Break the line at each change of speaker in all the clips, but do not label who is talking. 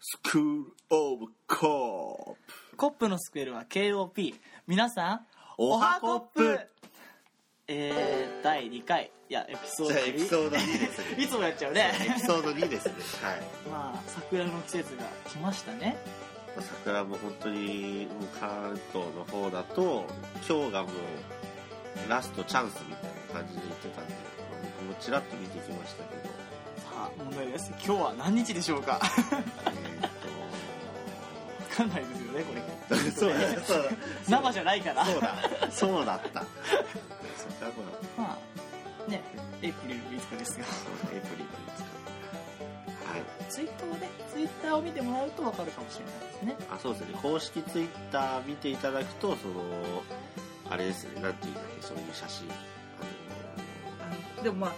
スクールオブコープ
コップのスクエルは KOP 皆さん
おはコップ
えー、第2回いやエピソード
じゃあエピソード2です
2 いつもやっちゃう
エピ
ね
ソード2ですねはい
まあ桜の季節が来ましたね
まあ桜も本当にもう関東の方だと今日がもうラストチャンスみたいな感じで言ってたんでまあ僕もちらっと見てきましたけど
さあ問題です今日は何日でしょうかわ
え
かんないですよねこれ
ーっと そうだそうだ
生じゃないから
そうだそうだったそっかこの
まあねエイプリルの5日ですが
エイプリルですかはい
ツイッターをねツイッターを見てもらうとわかるかもしれないですね
あそうですね公式ツイッター見ていただくとそのあれですねなんていうんだっけそういう写真
でもまあ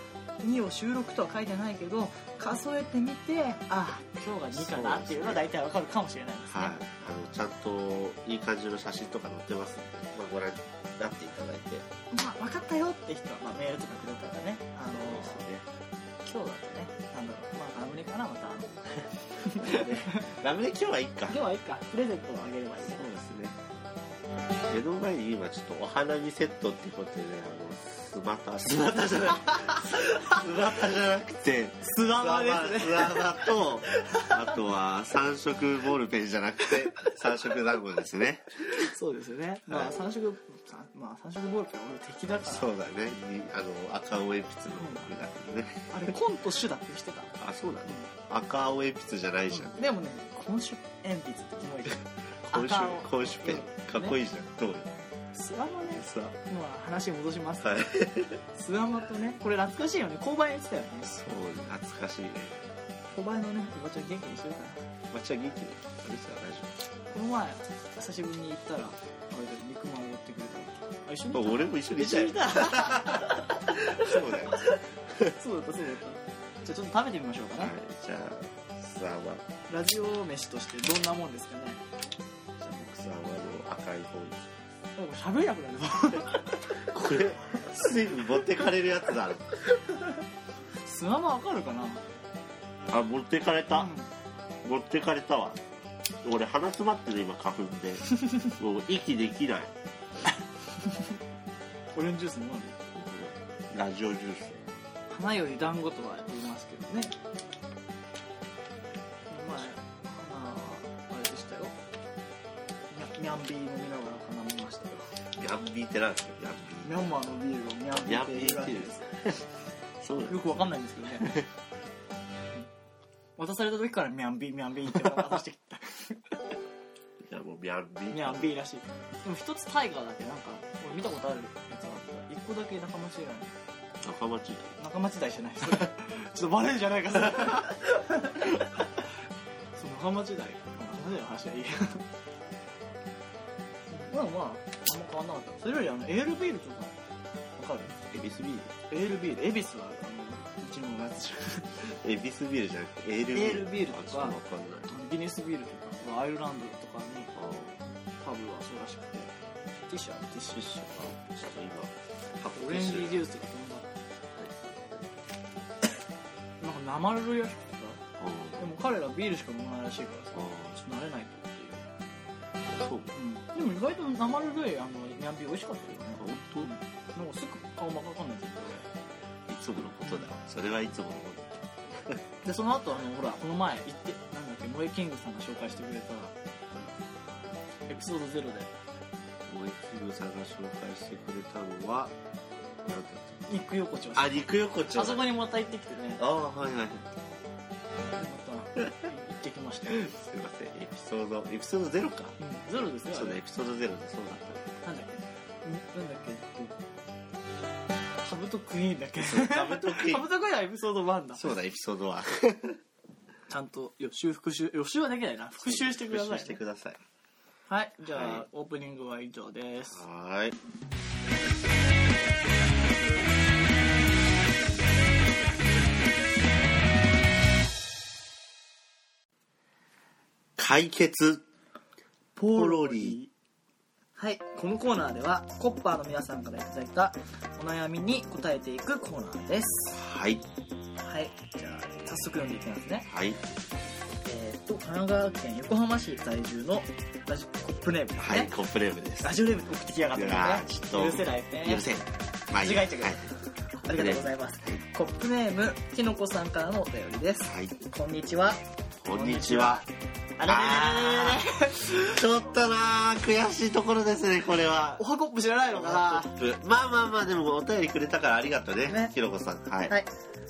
2を収録とは書いてないけど数えてみてあ今日が2かなっていうのは大体わかるかもしれないですね
あのはいあのちゃんといい感じの写真とか載ってますんで、まあ、ご覧になっていただいて
まあ分かったよって人は、まあ、メールとかくれたらねあの今日だとねなんだろうまあラムネかなまたあの
そうです ねラムネ今日はいいか
今日はいいかプレゼントをあげればいいね
そうですね目の前に今ちょっとお花見セットってことでねあのスマタ スマタじゃないスマタじゃなくて
スワマです
ス
ね
ワマとあとは三色ボールペンじゃなくて三色団子ですね
そうですよねまあ3色さまあ3色ボールペンは俺敵だか
そ
ら
うだねにあの赤青鉛筆の絵だからね
あれコント主だってしてた
あそうだね赤青鉛筆じゃないじゃん
でもね今週鉛筆ってキモいじゃん
今週
赤青
今週ペン
うん
かっこいいじゃんどうよ
スワマね
さ
まあ話戻します、
あはい
スワマとねこれ懐かしいよね購買やってたよね
そう懐かしいね
購買のねおばちゃん元気にしてるから
まあじゃあ元気であれじゃあ大丈夫
この前久しぶりに行ったらあれだよ肉まんおごってくれたわけあ一緒に行った
俺も一緒にい
一
た
緒
よ
にいた そうだっ
そうだよはい
たそうだったじゃあちょっと食べてみましょうかね、
じゃあ草は
ラジオ飯としてどんなもんですかね
じゃあ草はの赤い方に
なんか喋れなくなるぞ
これ水分持ってかれるやつだろ
スワマわかるかな
あ持ってかれ
う
た
ん、
持ってかれたわ俺鼻詰まってる今花粉で もう息できない
オレンジジュース飲んで
ラジオジュー
花より団子とは言いますけどねこの前花あれでしたよニャンビー飲みながら花見ましたよ
スヤンビーってなんですかヤン
ミャンマーのビールをニャンビーって言うらしいです
ビーそうだ
よくわかんないんですけどね 渡された時からミャンビーミャンビーって渡 してきた
じゃあもうヤンビー
ミャンビーらしいでも一つタイガーだけなんか俺見たことあるやつあった一個だけ仲間違い
仲間違い
仲間違いじゃないそれ ちょっとバレるじゃない かそれそう仲間違い仲間違いの話はいいや まあまああんま変わんなかったそれよりあのエールビールとかわか
エビスビー
るエールビール恵比寿はあのうちのやつじ
ルエビスビールじゃなくてエールビール
エールビールとか
あちょっとわかんない
ゃんギネスビールとかアイルランドとかにパブはそうらしくてティッシュあるティッシ
シュッシュあちょっと今発
ュオレンジジュースとか飲んだなんか生ルるやつとかでも彼らビールしか飲まないらしいからさちょっと慣れないとっ
そう
ていう、でも意外と生ルルイあのニャンピー美味しかったよね
本当
なんかすぐ顔真っ赤になっちゃって
いつものことだそれはいつものこと
でその後あのほらこの前行ってなんだっけ萌えキングさんが紹介してくれたエピソードゼロで
萌えキングさんが紹介してくれたのは何だった
肉横丁
あ肉横丁
あそこにまた行ってきてね
ああはいはい
また行ってきま したよ、
すいませんエピソードエピソードゼロか
うん、ゼロですねあ
そうだ
れ
エピソードゼロでそうだった
なんだっけんなんだっけえっとカブトクイーンだっけ
そうカブトクイーン
カブトクイーンはエピソード1だ
そうだエピソードは
ちゃんと予習復習予習はできないな復習してくださいね、
復習してください
はいじゃあ、
はい
オープニングは以上です
はーい解決ポロリ
はいこのコーナーではコッパーの皆さんからいただいたお悩みに答えていくコーナーです
はい
ははいじゃあ早速読んでいきますね
はい。
えーっと神奈川県横浜市在住のラジコップネームですね、
はい、コップレームです。
ラジオネーム送ってきやがった
い
から
や
ね
ーちょっと
許せないですね
許せん。まあいい
間違えちゃう
はい。
ありがとうございますコップネームきのこさんからのお便りです
はい。
こんにちは
こんにちは。
あ
あちょっとなー悔しいところですね、これは
お。はコップ知らないのかな
トップまあまあまあ、でもお便りくれたからありがとう
ね
ね、ひろこさん。はい。
はい。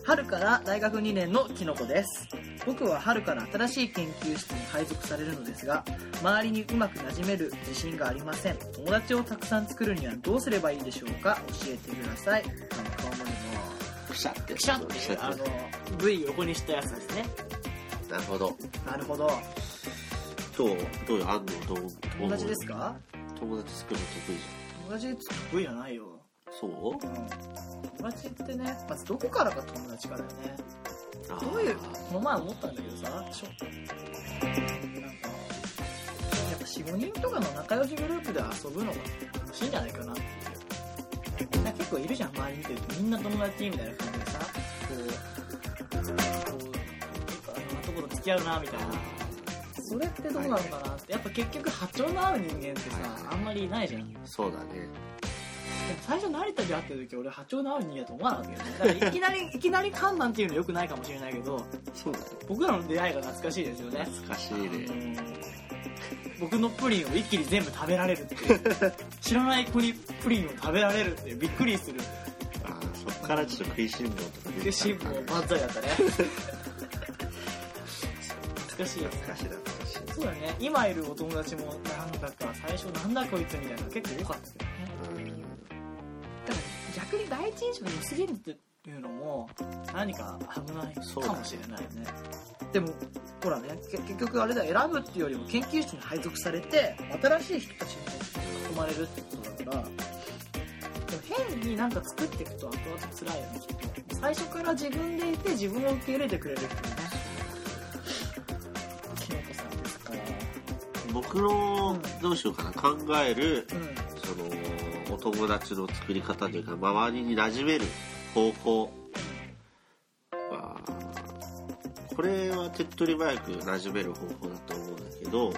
春から大学2年のキノコです。僕は春から新しい研究室に配属されるのですが、周りにうまく馴染める自信がありません。友達をたくさん作るにはどうすればいいでしょうか教えてください。あの、顔文字の、
くしゃって。
くしゃって、あの、V 横にしたやつですね。
なるほど。
なるほど。
どうどうよ、安藤どうどう
友達ですか
友達作るの得意じ
友達で作る V じゃないよ。
ゃん。そう
うん。友達ってね、まずどこからが友達かだよね。
あー
どういうこの前思ったんだけどさちょなんかやっぱ45人とかの仲良しグループで遊ぶのが楽しいんじゃないかなっていうみんな結構いるじゃん周り見てるとみんな友達みたいな感じでさこうこう結構あんなところ付き合うなみたいなそれってどうなのかなってやっぱ結局波長の合う人間ってさあんまりいないじゃん
そうだね。
でも最初成田に会ってる時俺波長の合う人間だと思わなかったけどねだからいきなりいきなり観覧っていうのよくないかもしれないけど
そうだね。
僕らの出会いが懐かしいですよね
懐かしいね。
僕のプリンを一気に全部食べられるっていう知らない子にプリンを食べられるっていうびっくりする
あーそっからちょっと食いしん坊とか出て
で辛
たの
抱
かな
万歳だったね
懐
懐かしいです
かしい懐かしい。
そうだね今いるお友達もなんだか最初なんだこいつみたいなの結構多かったけど
う
ね
ん
だから逆に第一印象が良すぎるっていうのも何か危ないかもしれないよねでもほらねけ結局あれだよ選ぶっていうよりも研究室に配属されて新しい人たちに囲まれるってことだからでも変になんか作っていくと後々辛いよねきっと最初から自分でいて自分を受け入れてくれる人もねきのこさんですから
僕の
うん
どうしようかな考える
うん
そのお友達の作り方というか周りに馴染める方法はこれは手っ取り早く馴染める方法だと思うんだけど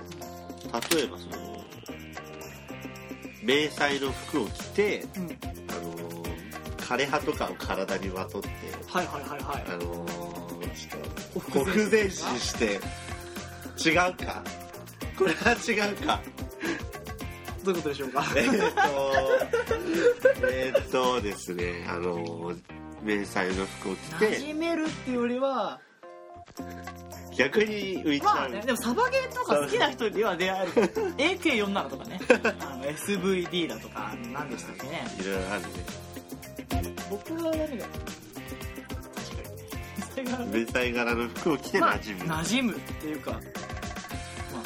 例えばその迷彩の服を着て
うん
あの枯葉とかを体にまとって
はいはいはいはい
あの
お
国前進して違うかこれは違うか
どういうことでしょうか
えーっと、えーっとですね、あの、迷彩の服を着
馴
て、
染めるっていうよりは
逆に浮いちゃ
まあ
う。
ね、でもサバゲーとか好きな人には出会える AK47 とかねあの SVD だとか何でしたっけね
いろいろあるね。
僕は何が確かにねそれが
迷彩柄の服を着て
まあ
馴染む。
馴染むっていうか、まあ、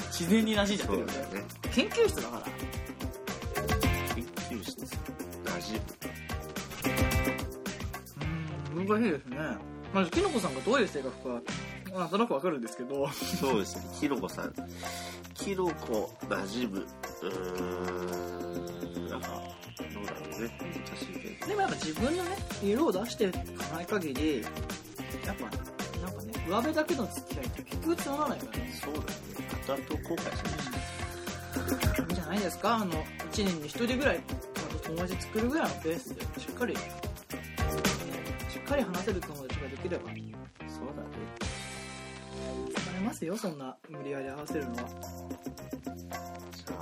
自然に馴染んじゃって
そ
る
う
よね
だよね。
研究室だから
研究室です。馴染む。
うん難しいですねまずきのこさんがどういう性格かなんとなくわかるんですけど
そうですね、キノコさん。キノコ、馴染む。うーん、なんか、どうだろうね。難しいけど。
でもやっぱ自分のね色を出していかない限りやっぱなんかね上辺だけの付き合いって結局つまらないからね
そうだね。後々後悔するし。
いいんじゃないですかあの1年に1人ぐらいちゃんと友達作るぐらいのペースでしっかりしっかり話せる友達ができれば疲
そうだね。
れますよそんな無理やり合わせるのは
じゃ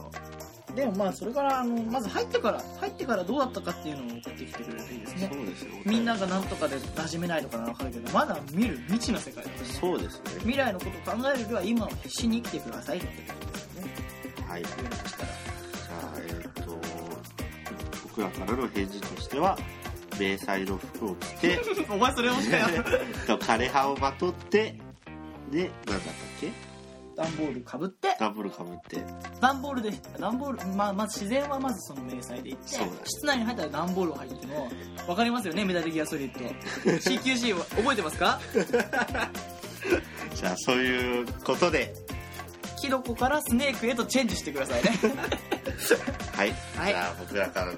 あ、
でもまあそれからあのまず入ってから入ってからどうだったかっていうのを送ってきてくれるといいですね
そうですよ。
みんながなんとかで馴染めないのかなわかるけどまだ見る未知の世界だからね
そうですね。
未来のことを考えるよりは今を必死に生きてくださいってことですよね
はい。
言うのとしたら
じゃあ、えっ、と、僕らからの返事としては、迷彩の服を着 て、
お前それもしかよ
と枯葉をまとって、で、なんだったっけ
段ボールかぶって
ダブルかぶって、
段ボールで段ボールまあまず自然はまずその迷彩で行って
そうだね
室内に入ったら段ボールを入っても分かりますよねメタルギアソリッド CQC は覚えてますか
じゃあそういうことで、
キノコからスネークへとチェンジしてくださいね
はい。
はい
じゃあ僕らからの、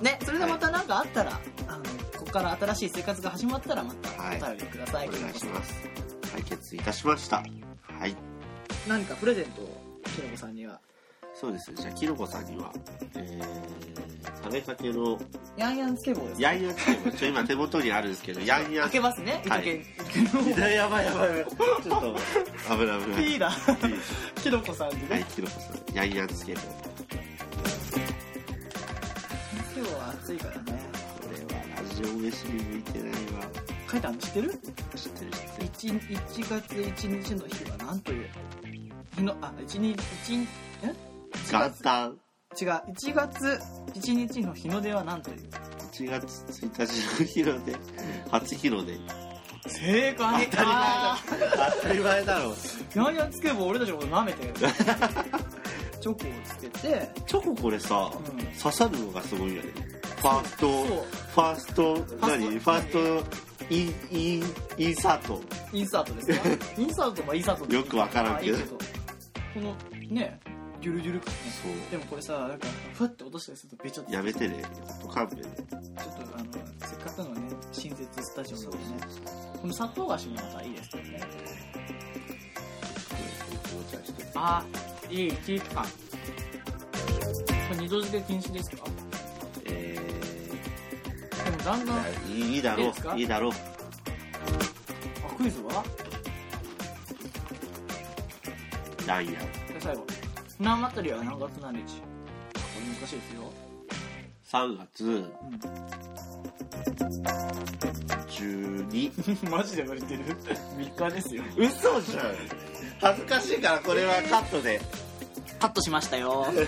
ねそれでまた何かあったら、あのこから新しい生活が始まったらま
はい
たお便りください、
お願いします解決いたしましたはい
何かプレゼントをきのこさんには
そうですねじゃあきのこさんにはえー、食べかけの
ヤンヤンつけ棒です
ヤンヤンつけ棒ちょ今手元にあるんですけどヤンヤン
開けますね、
はい
い、糸犬
やばいやばいやばいちょっ と危ない危ない
ピーだ きのこさんでね、
はいきのこさんヤンヤンつけ棒こ
今日は暑いからね
れはラジオ飯に向いてないわ
書いたの知ってる
知ってる知ってる
1, 1月1日の日は何という日のあ一日一日え1
元
月
旦
違う1月1日の日の出は何という
1月1日の日の出初日の出
正解
当たり前だ当たり前だろ
ヤンヤンつけ棒俺たちのこと舐めてる チョコをつけて、
チョコこれさ、
うん、
刺さるのがすごいよねファースト
そう
ファースト何フ
フ
ァ
ァ
ー
ー
ス
ス
トインインインサート
インサートです ねインサートはインサートって
よくわからんけど
あいいこのねジュルジュル感ね
そう
でもこれさなんかふわって落としたりするとべちょっと
やめてねほんと勘弁
ちょっとあのせっかくのね新設スタジオなんでねこの砂糖菓子もまたいいですよねあいいチーズ感これ二度漬け禁止ですか
え
でもだんだんあ
ーいいいいだろ
いいです
う
か
いいだろう
クイズは
ダイヤ
じゃあ最後船祭りは何月何日これ難しいですよ、
3月12
マジで無理てる3日ですよ
嘘じゃん恥ずかしいからこれはカットで
カットしました よはい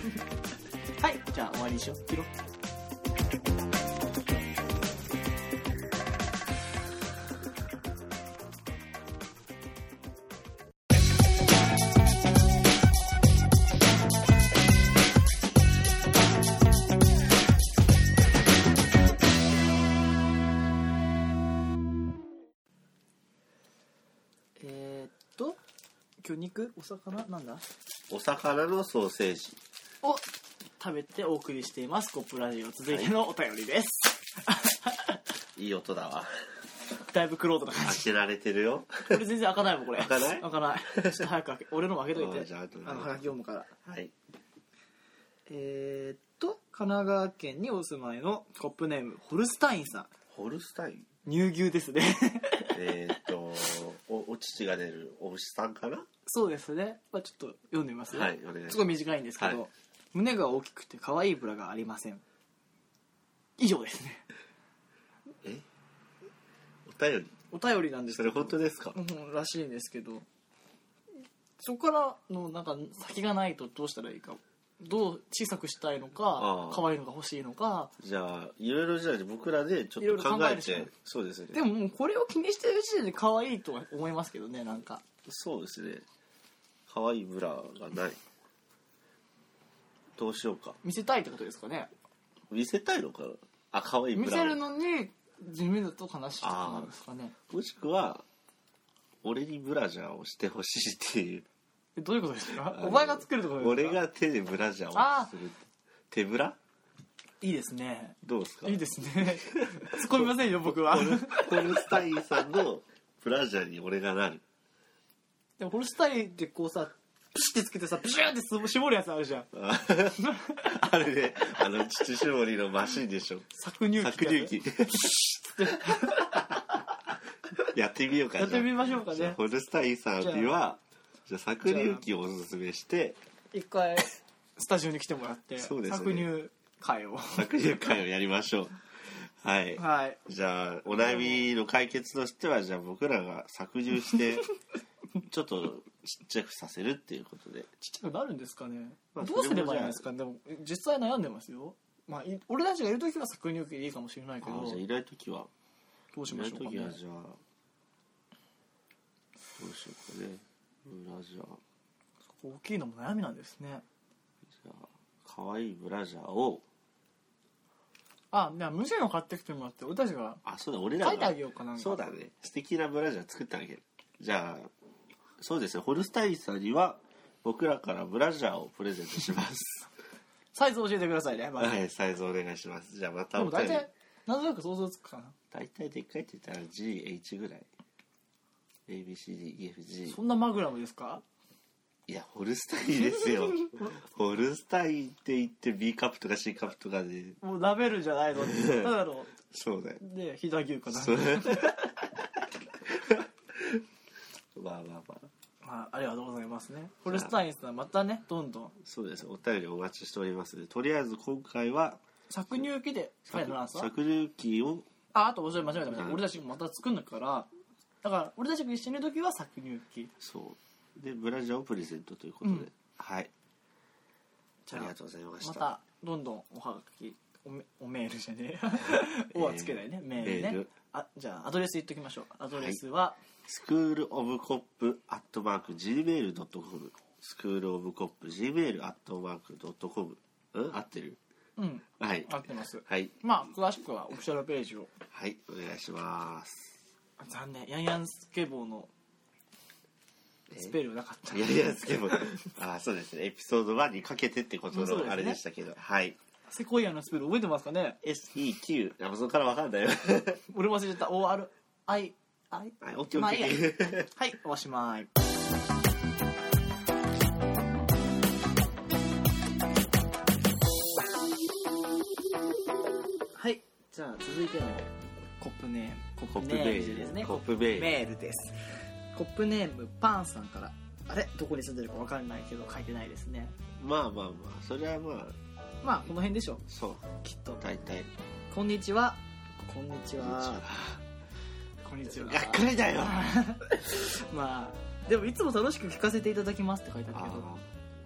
じゃあ終わりにしよう切ろうえーっと魚肉お魚なんだ
お魚のソーセージ
を食べてお送りしていますコップラジオ続いてのお便りです、
いい音だわ
だいぶクロードな感
開
じ
けられてるよ
これ全然開かないもんこれ
開かない
開かないちょっと早く開け俺のも開けとい
あ
て
じゃあ後で
あのはがき読むから
はい
えー、っと神奈川県にお住まいのコップネームホルスタインさん
ホルスタイン
乳牛ですね
えーっとおお乳が出るお牛さんかな
そうですね、まあ、ちょっと読んでみますね、
はいお願いします
すごい短いんですけど、
はい
胸が大きくて可愛いブラがありません以上ですね
えお便
お便りなんで
り
す
そ
け
れ
ど
本当ですか
うんらしいんですけどそこからのなんか先がないとどうしたらいいかどう小さくしたいの
あ
か
あ
可愛いのが欲しいのか
じゃあいろいろじゃあ僕らでちょっと考
いろいろ
え
考え
て
るしかない
そうですね
でももうこれを気にしてる時点で可愛いとは思いますけどねなんか
そうですね可愛いブラがないどうしようか
見せたいってことですかね
見せたいのかなあ可愛いブ
見
ラ
せ
を
るのに地味だと悲しいとかなんですかね
もしくは俺にブラジャーをしてほしいっていう
えどういうことですか
あの
お前が作るってことですか
俺が手でブラジャーを
あ
する手ブラ
いいですね
どうですか
いいですね突っ込みません よ僕は
ホルスタインさんのブラジャーに俺がなる
でもホルスタインってこうさピシってつけてさピシューって絞るやつあるじゃん
ああれねあの乳搾りのマシンでしょ
搾乳機って
搾
やつ
乳機 やってみようか
やってみ
ま
ましょうか
じゃあ
ね
ホルスタインさんにはじゃあ搾乳機をおすすめして
一回スタジオに来てもらって、
そうですね
搾乳会を
搾乳会をやりましょうはい
はい
じゃあお悩みの解決としてはじゃあ僕らが搾乳 してちょっとちっちゃくさせるっていうことで
ちっちゃくなるんですかね、
まあ
どうすればいいんですかねでも実際悩んでますよまあ、い俺たちがいる時は搾乳機でいいかもしれないけど
あじゃあいない時は
どうしましょうか
いない
ね
時はじゃあどうしようかねブラジャー
大きいのも悩みなんですね
じゃあ可愛いブラジャーを
あじゃあ無線を買ってきてもらって俺たちが
あそうだ俺らが
書いてあげようかなんか
そうだね素敵なブラジャー作ってあげるじゃあそうですねホルスタインさんには僕らからブラジャーをプレゼントします
サイズ教えてくださいね、まず
はいサイズお願いしますじゃあまた
でも大
便り
体なんとなく想像つくかな
大体でっかいって言ったら GH ぐらい ABCDEFG
そんなマグラムですか
いやホルスタインです よホルスタインって言って B カップとか C カップとかで
もうラベルじゃないのなん だろ
そうだよ
うね飛騨牛かな
それ まあまあまあ
まあ、ありがとうございますねホルスタインさんまたねどんどん
そうですお便りお待ちしておりますとりあえず今回は
搾乳機で彼のランスは
搾乳機を
ああと面白い間違えた間違え
う
た
ん
俺たちまた作るんだからだから俺たちが一緒にいる時は搾乳機
そうでブラジャーをプレゼントということで、
うん
はい
じ
あ
ゃ
りが
あ
とうございまし
ま
た
たどんどんおはがきおめおメールじゃね えおはつけないね、メールね
メール
あじゃあアドレス言っときましょうアドレスは、
スクールオブコップアットマーク Gmail.com スクールオブコップ Gmail アットマーク .com うん合ってる
うん
はい
合ってます
はい
まあ詳しくはオフィシャルページを
はいお願いします
あ残念ヤンヤンスケボーのスペルなかった
いやいやですけど あそうですねエピソード1にかけてってこと
そうです
の
ね
あれでしたけど、はい
セコイアのスペル覚えてますかね
SEQ あもうそこからわかんないよ
俺忘れちゃった ORI はい
はいオッケー
ま
オ
あ
ッ
いいや
ケー
はいおしまいはいじゃあ続いてのコップネーム
コップメ
コップネームです
ー
ね
ルコップメール
メールですコップネームパンさんからあれどこに住んでるかわかんないけど書いてないですね
まあまあまあそれはまあ
まあこの辺でしょう
そう
きっと
大体
こんにちはこんにちはこんに
がっかりだよ
まあでもいつも楽しく聞かせていただきますって書いてある
あ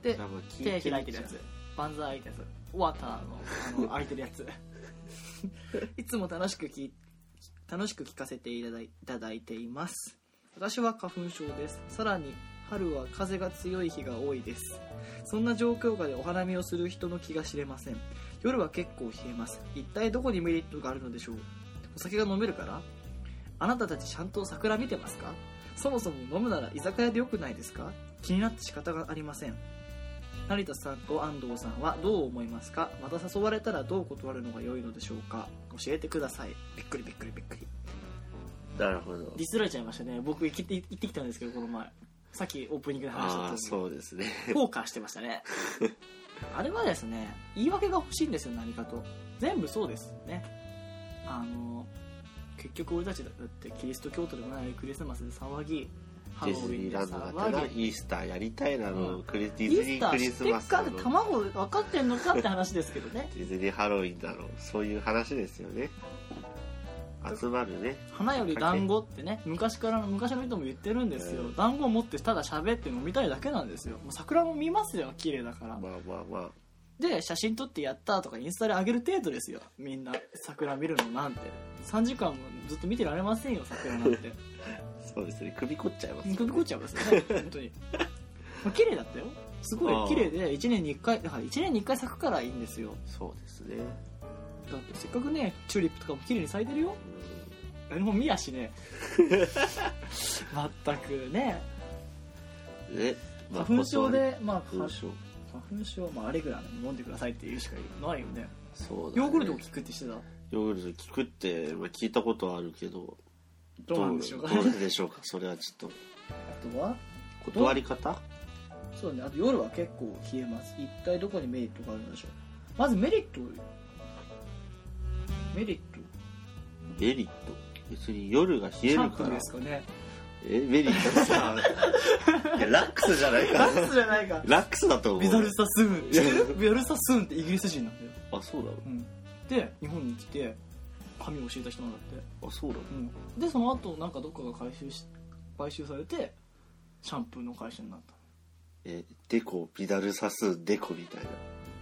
け
ー
ど
じゃあもう聞い
で手
み
開いてるやつ万歳開いてるやつワター のあの開いてるやついつも楽しくき楽しく聞かせていただいいただいています私は花粉症ですさらに春は風が強い日が多いですそんな状況下でお花見をする人の気が知れません夜は結構冷えます一体どこにメリットがあるのでしょうお酒が飲めるからあなたたちちゃんと桜見てますかそもそも飲むなら居酒屋でよくないですか気になって仕方がありません成田さんと安藤さんはどう思いますかまた誘われたらどう断るのが良いのでしょうか教えてくださいびっくりびっくりびっくり
なるほど
ディスられちゃいましたね僕行って行ってきたんですけどこの前さっきオープニングで話した
ああ
通り
そうですね
ポーカーしてました ねあれはですね言い訳が欲しいんですよ何かと全部そうですねあの結局俺たちだってキリスト教徒でもないクリスマスで騒ぎハ
デ
ロ
ィ
ウ
ズ
ィン
ニー
で
ランドだったら
騒ぎ
イースターやりたいなの、
うん
クリデ
イ
ィズ
ー
ニ
スタ
ーク
ー
リ
し
ス
てっ
マスだ
かっ
ろ
て卵分かってんのかって話ですけどね
ディズニーハロウィンだろうそういう話ですよね集まるね
花より団子ってね昔からの昔の人も言ってるんですよ、団子を持ってただ喋って飲みたいだけなんですよもう桜も見ますよ綺麗だから、
まあまあまあ
で写真撮ってやったとかインスタで上げる程度ですよみんな桜見るのなんて3時間もずっと見てられませんよ桜なん て
そうですね首凝っちゃいます、ね、
首こっちゃいますよね本当に、まあ、綺麗だったよすご
あ
い
あ
綺麗で1年に1回だから1年に1回咲くからいいんですよ
そうですね、
だってせっかくねチューリップとかも綺麗に咲いてるよ
う
何も見やし ね全くね
ん、ねまあ
花粉症でまあ
花
花
粉症
花粉症まああれぐらい飲んでくださいって言うしかないよね
そうだ、ね、
ヨーグルトも効くってしてた
ヨーグルト効くってまあ聞いたことはあるけど
どうなんでしょうか
どうなんでしょうかそれはちょっ
あとは
と断り方
そうねあと夜は結構冷えます一体どこにメリットがあるんでしょうまずメリットをメリット
メリット別に夜が冷え
シャ
る
ンプ
か
ー
ら
ですかね
えメリットさいやラックスじゃないか
ラスじゃないか
ラックスだと思う
ビザルサスーン
いや
ビザルサスーンってイギリス人なんだよ、
あそうだろ
うん、で日本に来て髪を教えた人なんだって、
あそうだろ
うん、でその後なんかどっかが回収し買収されてシャンプーの会社になった
えデコビダルサスデコみたいな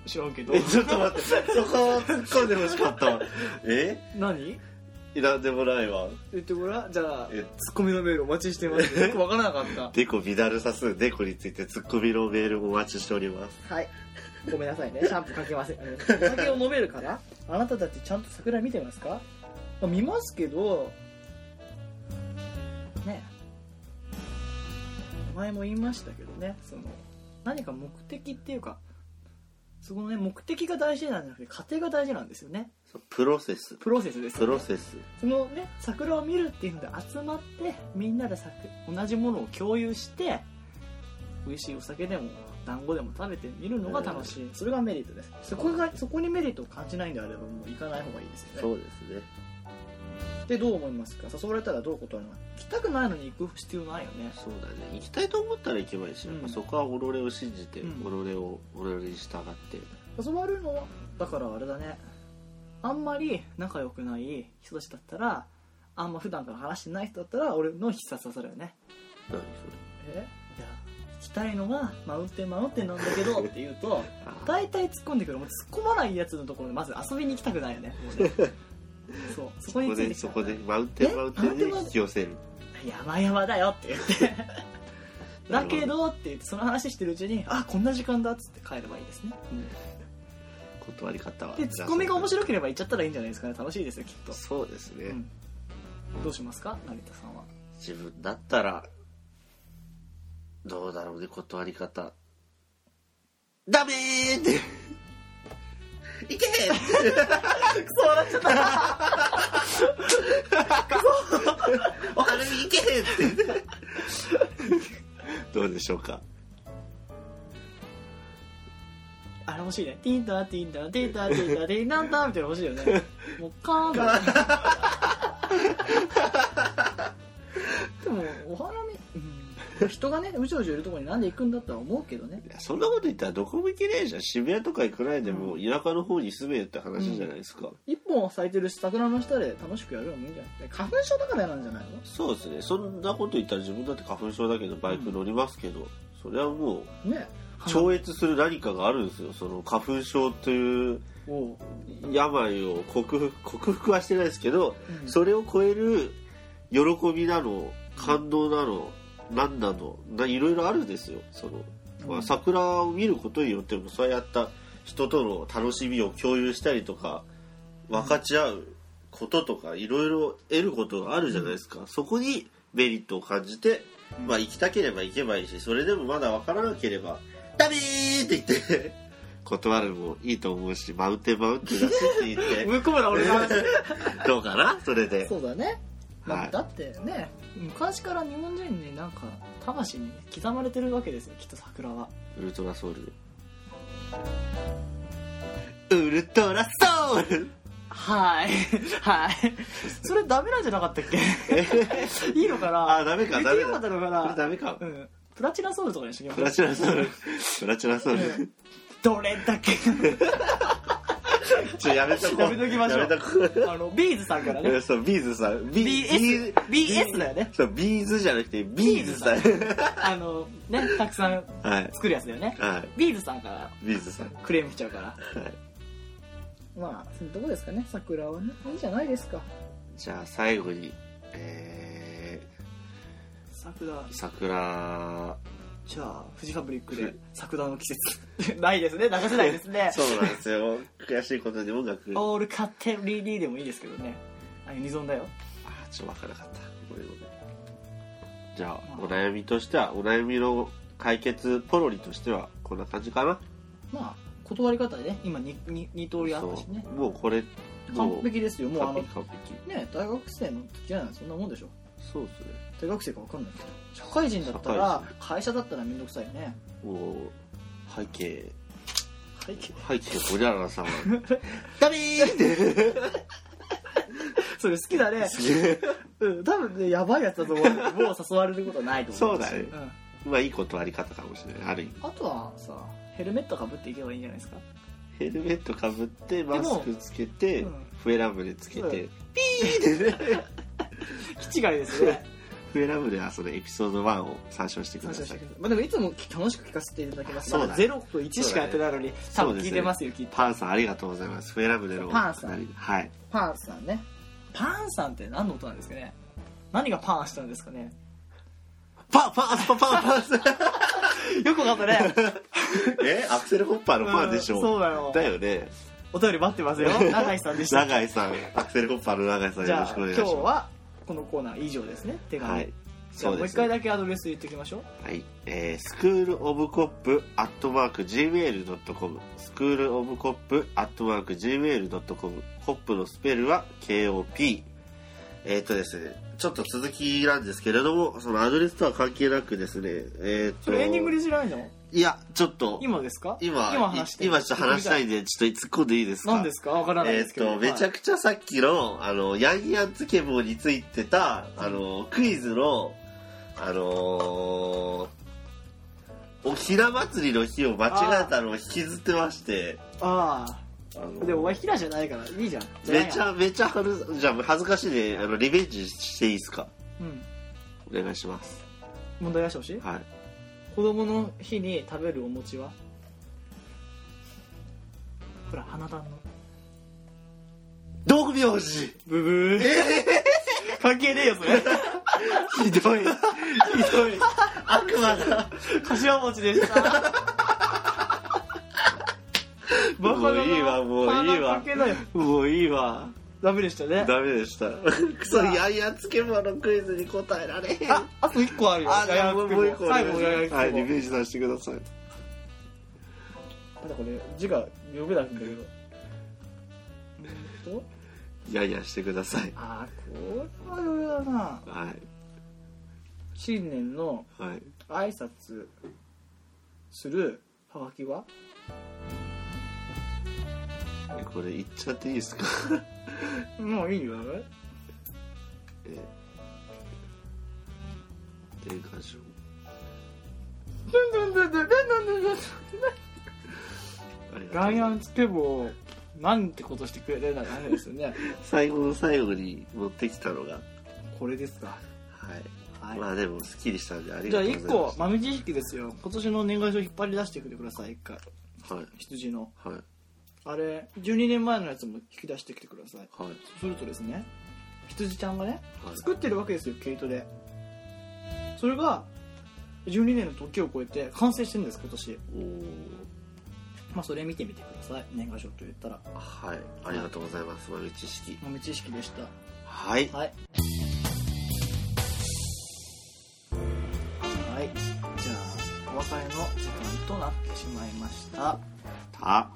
知らんけど
えちょっと待ってそこを突っ込んでほしかったわ え
何
いらんでもないわ
言ってごらんじゃあ
え
ツッコミのメールお待ちしてますよくわからなかった
デコビダルサスデコについてツッコミのメールをお待ちしております
はい。ごめんなさ いね。シャンプーかけません。うんお酒を飲めるからあなたたちちゃんと桜見てますか、まあ見ますけど、ね前も言いましたけどね、その、何か目的っていうか、そこのね目的が大事なんじゃなくて過程が大事なんですよね
そうプロセス
プロセスです
プ
よね
ロセス
そのね桜を見るっていうので集まってみんなで桜同じものを共有して美味しいお酒でも団子でも食べてみるのが楽しい、それがメリットですそこがそこにメリットを感じないんであればもう行かない方がいいですよね
そうですね
でどう思いますか誘われたらどう断るの来たくないのに行く必要ないよね
そうだね行きたいと思ったら行けばいいし、
うん
やっぱそこは己を信じて、
うん
己を己に従って
誘われるのはだからあれだねあんまり仲良くない人たちだったらあんま普段から話してない人だったら俺の必殺技だよね
何それ
えいや聞きたいのがマウンテンマウンテンなんだけど って言うと
あー
大体突っ込んでくるもう突っ込まないやつのところでまず遊びに行きたくないよねもう ねそうそこ
こ
に
こ
ついて
で
き
そ
た
こでマウンテ
え
ンマウンテンに引き寄せる
山々だよって言 って
なる
だ
ほど
けどって言ってその話してるうちにあこんな時間だっつって帰ればいいですね、
断り方は
でツッコミが面白ければ言っちゃったらいいんじゃないですかね楽しいですよきっと、
そうですね、
うん、どうしますか成田さんは
自分だったらどうだろうね断り方ダメーっていけ
クソ笑っちゃった
お花見いけってどうでしょうか
あれ欲しいね。ティンタティンタティンタティンタティンタンタンみたいなの欲しいよ ね。もうカーンでも、お花見、うん、人がね、うじょうじょいるとこになんで行くんだとは思うけどね。
いやそんなこと言ったらどこも行けねえじゃん渋谷とか行くないでもう田舎の方に住めよって話じゃないですか、
一本咲いてるし、桜の下で楽しくやるのもいいんじゃない花粉症だから嫌なんじゃないの
そうですねそんなこと言ったら自分だって花粉症だけどバイク乗りますけど、それはもう
ね。
超越する何かがあるんですよその花粉症という
おう
病を克服克服はしてないですけど
うん
それを超える喜びなの感動なの何なのないろいろあるんですよその、ま
う
あ、
ん
桜を見ることによってもそうやった人との楽しみを共有したりとか分かち合うこととかいろいろ得ることがあるじゃないですか、そこにメリットを感じて、まあ、行きたければ行けばいいしそれでもまだ分からなければ「ダメー!」って言って 断るのもいいと思うしマウンテンマウンテンだしって言 って
ぶっ込むな、俺の話。
どうかなそれで。
そうだね、まあ
はい
だってね昔から日本人になんか魂に刻まれてるわけですよきっと桜は
ウルトラソウル。ウルトラソウル
はい はいそれダメなんじゃなかったっけいいのかな
あ、ダメか、
言
ダ
って
メ
よかった
だ。
の
こ
か
れ
な
ダメか
う。んプラチナソウルとかにしときま
プラ
す
チナソウル。プラチナソウ
う
ル
ん。どれだけ
ちょ、やめとこう。
やめときましょう
やめとこ
あのビーズさんから
う。
ね
そう、ビーズさん。ビ
BS BS だよね。
そう、ビーズじゃなくて、ビーズさん。
あのねたくさん
はい。
作るやつだよね
はい。
ビーズさんから
ビーズさん。
クレーム来ちゃうから
はい。
まあそういうとこですかね桜はねいいじゃないですか
じゃあ、最後に、え
桜
ー、桜、
じゃあ、フジファブリックで桜の季節。 ないですね、流せないですね。
そうなんですよ。悔しいことに音楽。あ
オールカテリーでもいいですけどね。あ、ユニゾンだよ。
ーちょっとわからなかった。ごめんごめんじゃあ、お悩みとしては、お悩みの解決ポロリとしては、こんな感じかな。
まあ、断り方でね、今にに二通りあったしね
そ。うもうこれ、も
完
う、
璧ですよ、もうあ
完
の
璧、、完璧。
ね、大学生の時じゃないそんなもんでしょ。
そうですね。
大学生かわかんないけど。社会人だったら、会社だったらめんどくさいよね。
もう、背景、
背景。
背景、ゴリララ さんは、ダメーって、
それ好きだね。うん、多分ね、やばいやつだと思う。もう誘われることないと思うし。
そうだね
ん
まあいい断り方かもしれない。ある意味。
あとはさ、ヘルメットかぶっていけばいいんじゃないですか。
ヘルメットかぶって、マスクつけて、
うん
笛ラムでつけて、
う
ピーってね、
気違いですね。
笛ラムではそのエピソード1を参照してください。
まあ、でもいつも楽しく聞かせていただきます
そうだね
まだ0と1しかやってないのに、多分聞いてますよきっと
パンさんありがとうございます。笛ラムでの。
パンさん。
はい。
パンさんねパンさんって何の音なんですかね何がパンしたんですかね
パンパンパンパンパン
よくわ かったね
えアクセルホッパーのパンでしょ、
うんそうだよ
だよね。
お便り待ってま すよ永井さんでした
永井さん、アクセルホッパーの永井さん
じ
よ
ゃ
ろ
あ
しくお願
今
い
日
しま
はこのコーナー以上ですね手
す。
紙、
はい。
じゃあ
そう
もう
で
一
す
回だけアドレス言っておきましょう
はい、えー、スクールオブコップアットマーク Gmail.com スクールオブコップアットマーク Gmail.com コップのスペルは KOP えっ、とですねちょっと続きなんですけれどもそのアドレスとは関係なくですねえっ、
それエンディング
と
でしないの
いやちょっと
今ですか
今
今話して
い今ちょっと話したいんでちょっと突っ込んでいいですか
何ですかわからない
え
で
っ
すけど、
とめちゃくちゃさっきのあのヤンヤンつけ棒についてたあのクイズのあのーおひな祭りの日を間違えたのを引きずってまして
はいあ
あの
あでもお前ヒラじゃないからいいじゃん
めち
ゃ
ゃめちゃはるじゃあ恥ずかしいであのリベンジしていいですか
うん
お願いします
問題出してほしい
はい
子供の日に食べるお餅はほら花壇の
道明寺ひ
ブブー、 関係ねえよそれ
どい
ひどい
悪魔だ
柏餅でした
も
バカだな
ういいわもういい
鼻
わ
かけだよ
もういいわ
ダメでしたね
ダメでしたクソヤンヤンつけ棒のクイズに答えられへん
ああと1個あるよ
あ、じゃあもうもう一個お願
最
いしま
後
す
やや
はい、リ
だ
ベンジさせてください。
これ字が読めないんだけどうんと
いやいやしてください。
あーこれは読めだな
は
新年の
い。はい。
挨拶するハガキは
えこれ言っちゃっていいですか
もういいよ
え年間賞。ありがと
ガ
う
ンヤンつけ棒なんてことしてくれてたらあれですよ ね
最後の最後に持ってきたのが、
これですか
はい。
はい
まあでも、すっきりしたんで、あり
じゃ
が
あ
とうござい
1
ます。
個豆知識ですよ今年の年賀状引っ張り出してくてください一回
はい。
羊の
はい。
あれ12年前のやつも引き出してきてください
はい。
そうするとですね羊ちゃんがね
はい。
作ってるわけですよ毛糸でそれが12年の時を超えて完成してるんです今年
おー
まあそれ見てみてください年賀状と言ったら
はい。ありがとうございます。豆知識。
豆知識でした
はい。
はいはいじゃあお別れの時間となってしまいました
た、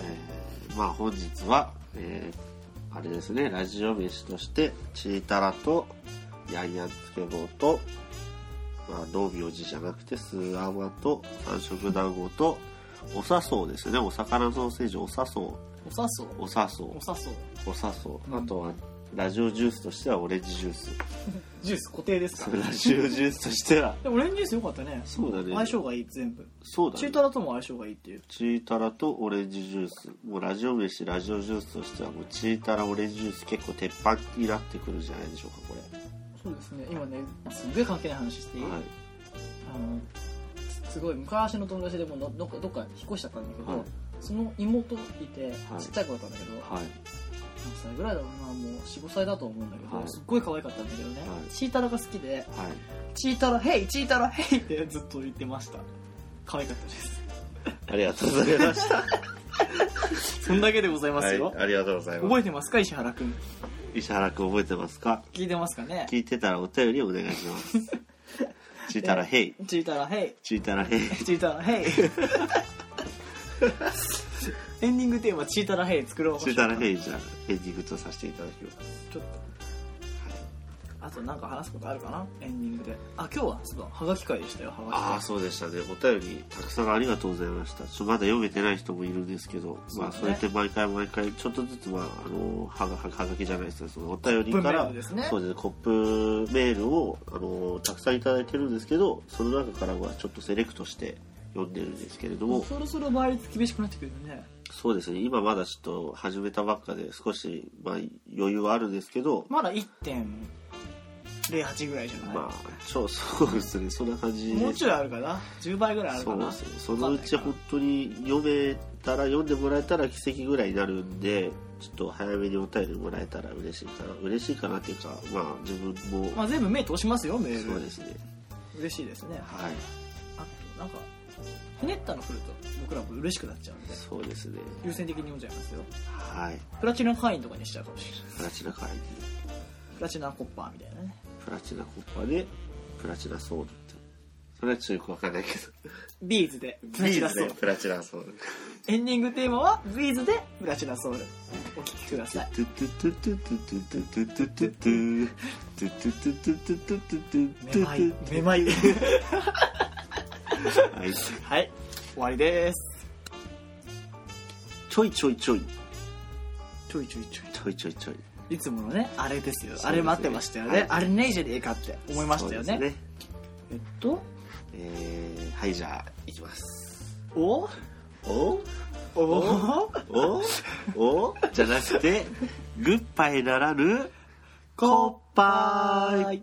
えーまあ本日は、えーあれですねラジオ飯としてチータラとヤンヤンつけ棒と、まあ、農業寺じゃなくてスーアマと三色団子とおさそうですねお魚ソーセージおさそう
おさそう
おさそ
おさそう
うおさそう
う
あ
ん
とはラジオジュースとしてはオレンジジュース
ジュース固定です
そ
か
うラジオジュースとしては
でもオレンジジュースよかったね
そうだね
相性がいい全部
そうだね
中トラとも相性がいいっていう
チータラとオレンジジュースもうラジオ飯ラジオジュースとしてはもうチータラオレンジジュース結構鉄板になってくるんじゃないでしょうかこれ
そうですね今ねすっげえ関係ない話していい、
はい
あのすすごい昔の友達でものどっかどっか引っ越しちゃったんだけど、
はい
その妹いて
はい
ちっちゃい子だったんだけど、
はい
何歳ぐらいだろうなもう45歳だと思うんだけど、
はい
すっごい可愛かったんだけどね、
はい
チータラが好きで
はい
「チータラヘイチータラヘイ」ってずっと言ってました可愛かったです
ありがとうございました
そんだけでございますよ、
はい、ありがとうございま
覚えてますか石原くん
す石原君覚えてますか
聞いてますかね
聞いてたらお便りお願いします チータラヘイ
チータラヘイ
チータラヘイ
チータラヘイ エンディングテーマ「チータラヘイ」作ろう
チータラヘイじゃあエンディングとさせていただきます
ちょっとあとなんか話すことあるかなエンディングであ今日はそうだはがき会でしたよは
あ
が
あそうでしたねお便りたくさんありがとうございましたちょっとまだ読めてない人もいるんですけど
そう
ま
ね
あ、そうやって毎回毎回ちょっとずつ、まあ、あのはがはがはがきじゃないですけどそのお便りか
コップメー
ら
ルですね
そうですねコップメールをあのたくさんいただいてるんですけどその中からはちょっとセレクトして読んでるんですけれど
き
も
そろそろ倍率厳しくなってくるよね
そうですね今まだちょっと始めたばっかで少し、まあ、余裕はあるんですけど
まだ1.08ぐらいじゃない、
まあそうそうですねそんな感じ
もう
で
ちょいあるかな10倍ぐらいある
そ
か
う
な
ですねそのうち本当に読めたら読んでもらえたら奇跡ぐらいになるんでちょっと早めにお便りもらえたら嬉しいかな嬉しいかなっていうかまあ自分も、
まあ全部目通しますよメール
そうですね
嬉しいですね
はい
あとなんかひねったの来ると僕らも嬉しくなっちゃうんで
そうですね
優先的に読んじゃいますよ
はい
プラチナ会員とかにしちゃうかもしれない
形の会議
プラチナコッパーみたいなね
プラチナコッパでプラチナソウルってそれはちょっとよくわかんないけど
ビーズでプラ
ビ
チナ
ー
ソ
ズ
ウ
で
ル
プラチナソウル
エンディングテーマはビーズでプラチナソウルお聴きください
トゥトゥトゥトゥトゥトゥトゥトゥトゥトゥトゥトゥトゥトゥトゥトゥトゥトゥトゥトゥトゥ
めまいめまい
はい
はい終わりです
ちょいちょいちょい
ちょいちょいちょい
ちょいちょいちょい
いつものねあれですよ
そうですね
あれ待ってましたよね、
はい
あれねえじゃねえかって思いましたよ
そ
ね
うです
えっと
えーはいじゃあいきます
お
お
お
おおおじゃなくてグッバイならぬ
コッパーイ